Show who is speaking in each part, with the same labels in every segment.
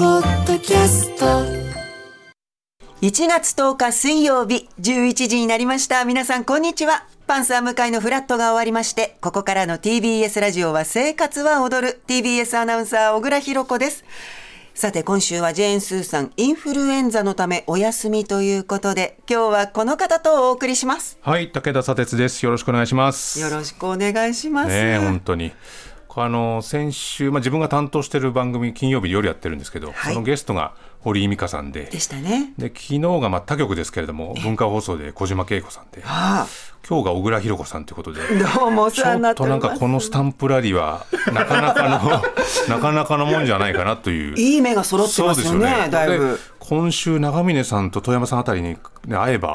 Speaker 1: キャスト
Speaker 2: 1月10日水曜日11時になりました皆さんこんにちはパンサー向かいのフラットが終わりましてここからの TBS ラジオは生活は踊る TBS アナウンサー小倉弘子ですさて今週はジェーン・スーさんインフルエンザのためお休みということで今日はこの方とお送りします
Speaker 3: はい、武田砂鉄です。よろしくお願いします。
Speaker 2: よろしくお願いします、
Speaker 3: ねえ、本当に。あの先週、まあ、自分が担当している番組金曜日夜やってるんですけど、
Speaker 2: はい
Speaker 3: そのゲストが堀井美香さんで
Speaker 2: でしたね
Speaker 3: で昨日がまあ他局ですけれども文化放送で小島慶子さんで
Speaker 2: あ
Speaker 3: 今日が小倉弘子さんということで
Speaker 2: あどうもお
Speaker 3: ち
Speaker 2: 世話に
Speaker 3: ょ
Speaker 2: なっ
Speaker 3: ってと
Speaker 2: お
Speaker 3: な
Speaker 2: り
Speaker 3: ん
Speaker 2: ま
Speaker 3: か
Speaker 2: す
Speaker 3: このスタンプラリーはなかなか のなかなかのもんじゃないかなという
Speaker 2: いい目が揃ってますよねだいぶ
Speaker 3: で今週長峰さんと富山さんあたりに、ね、会えば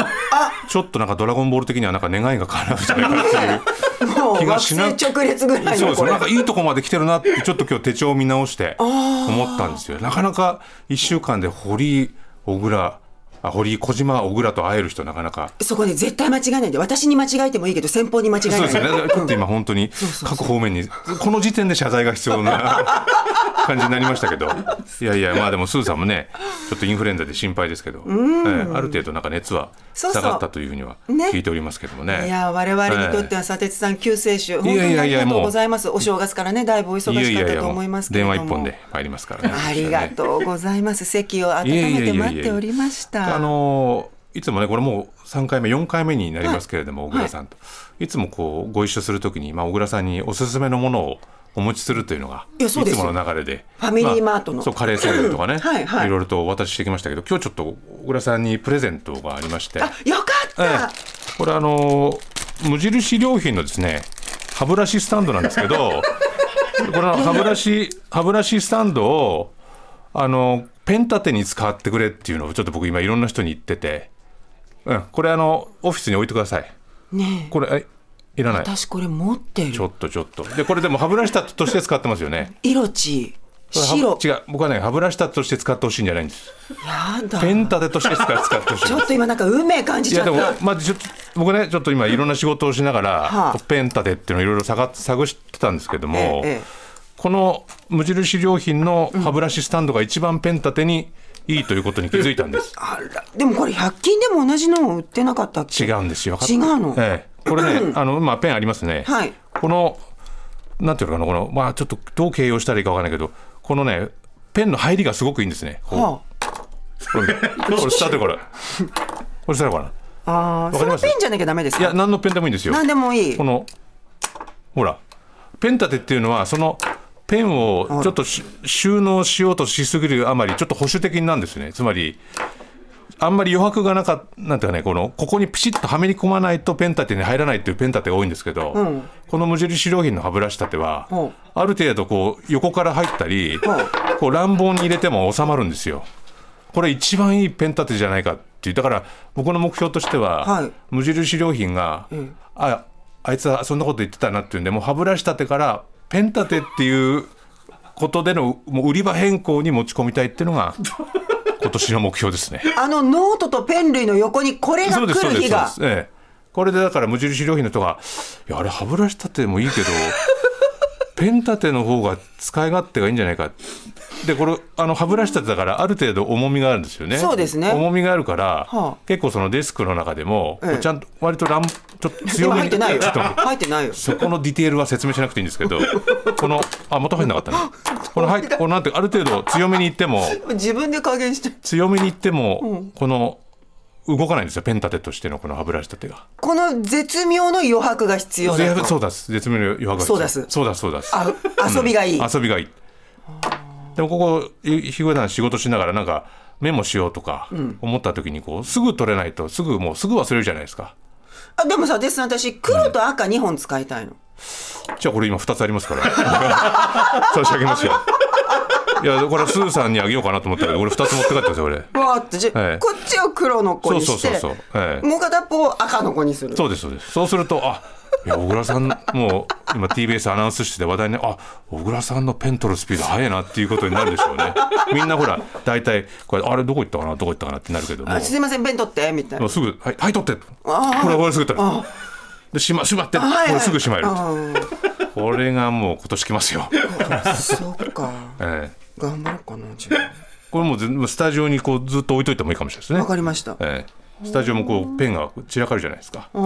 Speaker 3: ちょっとなんか「ドラゴンボール」的にはなんか願いが叶うんじゃないかなっていう。
Speaker 2: もう惑
Speaker 3: 気がし
Speaker 2: 星
Speaker 3: な
Speaker 2: 直列ぐらい
Speaker 3: そ
Speaker 2: の
Speaker 3: うです
Speaker 2: これ
Speaker 3: なんかいいとこまで来てるなってちょっと今日手帳を見直して思ったんですよなかなか1週間で堀井小倉あ堀井小島小倉と会える人なかなか
Speaker 2: そこで絶対間違えないで私に間違えてもいいけど先方に間違え
Speaker 3: そう
Speaker 2: な
Speaker 3: で
Speaker 2: い
Speaker 3: すよねちょっと今本当に各方面にこの時点で謝罪が必要な 感じになりましたけどいやいやまあでもスーさんもねちょっとインフルエンザで心配ですけど、ええある程度なんか熱は
Speaker 2: そうそ
Speaker 3: 下
Speaker 2: う
Speaker 3: がったというふうには
Speaker 2: ね
Speaker 3: 聞いておりますけどもね
Speaker 2: いや我々にとっては佐哲さん救世主、本当にありがとうございますお正月からねだいぶお忙
Speaker 3: いや
Speaker 2: し
Speaker 3: い
Speaker 2: かっ
Speaker 3: やい
Speaker 2: た
Speaker 3: や
Speaker 2: と
Speaker 3: も
Speaker 2: 思いま
Speaker 3: う
Speaker 2: すけれ
Speaker 3: 電
Speaker 2: ども
Speaker 3: 話一本で参りますからね
Speaker 2: ありがとうございます席を温
Speaker 3: いやいや
Speaker 2: め
Speaker 3: いや
Speaker 2: て
Speaker 3: いや
Speaker 2: 待っておりました
Speaker 3: あのーいつもねこれもう3回目4回目になりますけれども、
Speaker 2: はい
Speaker 3: 小倉さんと、い、つもこうご一緒するときに、まあ、小倉さんにおすすめのものをお持ちするというのが
Speaker 2: いやそうです
Speaker 3: つ
Speaker 2: よ
Speaker 3: もの流れで
Speaker 2: ファミリーマートの
Speaker 3: まあそうカレーセールとかね
Speaker 2: はいはい
Speaker 3: ろいろとお渡ししてきましたけど今日ちょっと小倉さんにプレゼントがありまして、
Speaker 2: あよかった、
Speaker 3: ええこれあのー無印良品のですね歯ブラシスタンドなんです けどこれあの歯ブラシ歯ブラシスタンドをあのペン立てに使ってくれっていうのをちょっと僕今いろんな人に言ってて、うん、これあのオフィスに置いてください
Speaker 2: ねえ
Speaker 3: これえいらない
Speaker 2: 私これ持って
Speaker 3: ち
Speaker 2: る
Speaker 3: ょっとちょっとでこれでも歯ブラシ立てとして使ってますよね
Speaker 2: 色地
Speaker 3: これ歯ブ
Speaker 2: 白
Speaker 3: 違う僕はね歯ブラシ立てとして使ってほしいんじゃないんです
Speaker 2: やだ
Speaker 3: ペン立てとして使って 使ってほしい
Speaker 2: ちょっと今なんか運命感じ
Speaker 3: い
Speaker 2: ちゃ
Speaker 3: や
Speaker 2: っ
Speaker 3: でも
Speaker 2: た、
Speaker 3: まあ、ちょっと僕ねちょっと今いろんな仕事をしながら、
Speaker 2: はあ
Speaker 3: ペン立てっていうのをいろいろ探探してたんですけども、
Speaker 2: ええええ
Speaker 3: この無印良品の歯ブラシスタンドが一番ペン立てにいいということに気づいたんです、
Speaker 2: あらでもこれ100均でも同じの売ってなかったっけ
Speaker 3: 違うんですよ
Speaker 2: 違うの
Speaker 3: ええ、これねあの、まあ、ペンありますね、
Speaker 2: はい
Speaker 3: このなんていうのかなこの、まあ、ちょっとどう形容したらいいかわからないけどこのねペンの入りがすごくいいんですねこう
Speaker 2: は
Speaker 3: これこれ伝わってるこれこれ伝わるか
Speaker 2: ああー
Speaker 3: わ
Speaker 2: そ
Speaker 3: かり
Speaker 2: の
Speaker 3: ます
Speaker 2: ペンじゃなきゃダメです
Speaker 3: ないや
Speaker 2: か
Speaker 3: 何のペンでもいいんですよ
Speaker 2: 何でもいい
Speaker 3: このほらペン立てっていうのはそのペンをちょっとし収納しようとしすぎるあまりちょっと保守的なんですねつまりあんまり余白がなかっなんていうかねこのここにピシッとはめり込まないとペン立てに入らないっていうペン立てが多いんですけど、
Speaker 2: ん
Speaker 3: この無印良品の歯ブラシ立ては、
Speaker 2: うん
Speaker 3: ある程度こう横から入ったり、こう乱暴に入れても収まるんですよ。これ一番いいペン立てじゃないかっていうだから僕の目標としては、
Speaker 2: はい
Speaker 3: 無印良品が、ああいつはそんなこと言ってたなっていうんでもう歯ブラシ立てからペン立てっていうことでのもう売り場変更に持ち込みたいっていうのが今年の目標ですね。
Speaker 2: あのノートとペン類の横にこれが
Speaker 3: そう
Speaker 2: 来
Speaker 3: ですそう
Speaker 2: る
Speaker 3: です
Speaker 2: 日
Speaker 3: そうで
Speaker 2: が
Speaker 3: す。ええこれでだから無印良品の人が「いやあれ歯ブラシ立てもいい けどペン立ての方が使い勝手がいいんじゃないか」でこれあの歯ブラシ立てだからある程度重みがあるんですよね。
Speaker 2: そうですね
Speaker 3: 重みがあるから、
Speaker 2: はあ
Speaker 3: 結構そのデスクの中でも、
Speaker 2: ええ
Speaker 3: ちゃんと割と乱ちょっと強
Speaker 2: 今入
Speaker 3: め
Speaker 2: っ
Speaker 3: に
Speaker 2: てないよ
Speaker 3: ちょっと待っ て
Speaker 2: 入ってないよ
Speaker 3: そこのディテールは説明しなくていいんですけどこのあまた入んなかったねこの入っこのなんてある程度強めにいっても
Speaker 2: 自分で加減して
Speaker 3: 強めにいっても、この動かないんですよペン立てとしてのこの歯ブラシ立てが。
Speaker 2: この絶妙の余白が必要だ
Speaker 3: ぜ
Speaker 2: と
Speaker 3: そうです絶妙の余白が必要
Speaker 2: そうです
Speaker 3: そうだそうだす
Speaker 2: あ遊びがいい、
Speaker 3: 遊びがいいでもここい日暮段仕事しながらなんかメモしようとか思った時にこうすぐ取れないとすぐもうすぐ忘れるじゃないですか
Speaker 2: あでもさです私黒と赤2本使いたいの、
Speaker 3: じゃあこれ今2つあります から差し上げますよいやこれスーさんにあげようかなと思ったけど俺2つ持って帰ったんですよ俺
Speaker 2: わーってじゃ、
Speaker 3: ええ
Speaker 2: こっちを黒の子にして
Speaker 3: そうそうそうそうええ
Speaker 2: もう片っぽを赤の子にする
Speaker 3: そうですそうですそうするとあいや小倉さんもう今 TBS アナウンス室で話題にあ小倉さんのペン取るスピード速いなっていうことになるでしょうねみんなほら大体これあれどこ行ったかなどこ行ったかなってなるけども
Speaker 2: あすいません弁取ってみたい
Speaker 3: も
Speaker 2: な
Speaker 3: うすぐ「はい、はい取って」
Speaker 2: あー
Speaker 3: これこれすぐ取るでしましまってこ
Speaker 2: はいはい
Speaker 3: れすぐしまえる
Speaker 2: あ
Speaker 3: これがもう今年来ますよ、
Speaker 2: あそうか
Speaker 3: ええ
Speaker 2: 頑張ろうかな自分
Speaker 3: これもうずもうスタジオにこうずっと置いといてもいいかもしれないですね。
Speaker 2: わかりました
Speaker 3: ええスタジオもこうペンが散らかるじゃないですか。え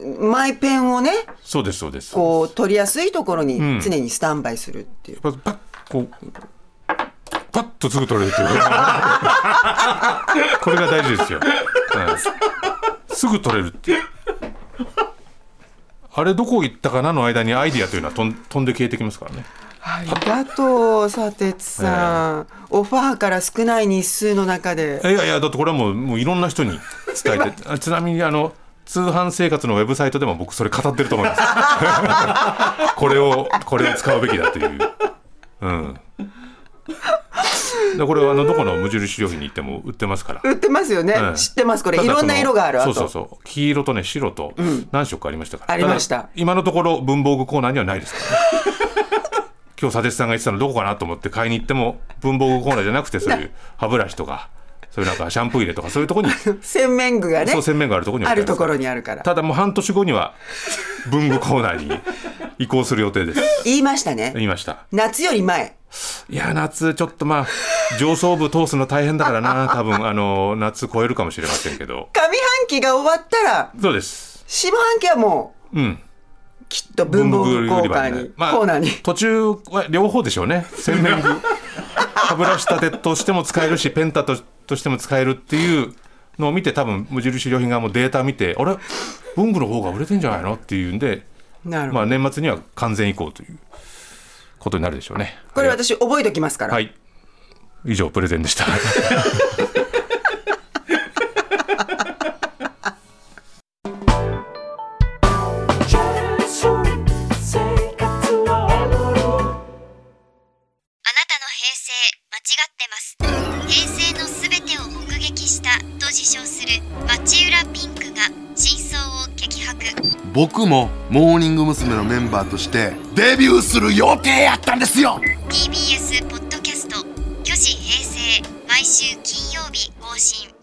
Speaker 3: え
Speaker 2: マイペンをね
Speaker 3: そうですそうです。
Speaker 2: こう取りやすいところに常にスタンバイするっていう、
Speaker 3: パッパッこうパッとすぐ取れるって いうこれが大事ですよ、はいすぐ取れるっていうあれどこ行ったかなの間にアイディアというのは飛ん飛んで消えてきますからね
Speaker 2: ありがとう佐哲さん、オファーから少ない日数の中で
Speaker 3: いやいやだってこれはもうもういろんな人に伝えてあちなみにあの通販生活のウェブサイトでも僕それ語ってると思い ますこれをこれを使うべきだといううんでこれはあのどこの無印良品に行っても売ってますから
Speaker 2: 売ってますよね、
Speaker 3: ええ
Speaker 2: 知ってますこれ
Speaker 3: た
Speaker 2: い
Speaker 3: だ
Speaker 2: ろんな
Speaker 3: その
Speaker 2: 色がある
Speaker 3: そう
Speaker 2: あ
Speaker 3: そう
Speaker 2: と
Speaker 3: そう黄色とね白と何色かありましたから、
Speaker 2: ありました
Speaker 3: だ今のところ文房具コーナーにはないですから、 ね、今日佐哲さんが言ってたのどこかなと思って買いに行っても文房具コーナーじゃなくてそういう歯ブラシとかそういうなんかシャンプー入れとかそういう ところに、
Speaker 2: 洗面具がね
Speaker 3: そう洗面があるところに置
Speaker 2: あ
Speaker 3: いて
Speaker 2: る
Speaker 3: ます
Speaker 2: ところにあるから
Speaker 3: ただもう半年後には文具コーナーに移行する予定 です
Speaker 2: 言いましたね
Speaker 3: 言いました
Speaker 2: 夏より前
Speaker 3: いや夏ちょっとまあ上層部通すの大変だからな多分あの夏超えるかもしれませんけど
Speaker 2: 上半期が終わったら
Speaker 3: そうです
Speaker 2: 下半期はも
Speaker 3: うん
Speaker 2: うきっと文房具コーナーに、コーナーに
Speaker 3: 途中は両方でしょうね洗面具歯ブラシ立てとしても使えるしペンタととしても使えるっていうのを見て多分無印良品がもうデータ見てあれ文具の方が売れてんじゃないのっていうんで、
Speaker 2: なるほど、
Speaker 3: まあ、年末には完全移行ということになるでしょうね
Speaker 2: これ私覚えときますから、
Speaker 3: はい以上プレゼンでした
Speaker 1: あなたの平成間違ってます平成のすべてを目撃したと自称する町浦ピンクが真相を激白
Speaker 4: 僕もモーニング娘。のメンバーとしてデビューする予定やったんですよ
Speaker 1: TBS ポッドキャスト「巨子平成」毎週金曜日更新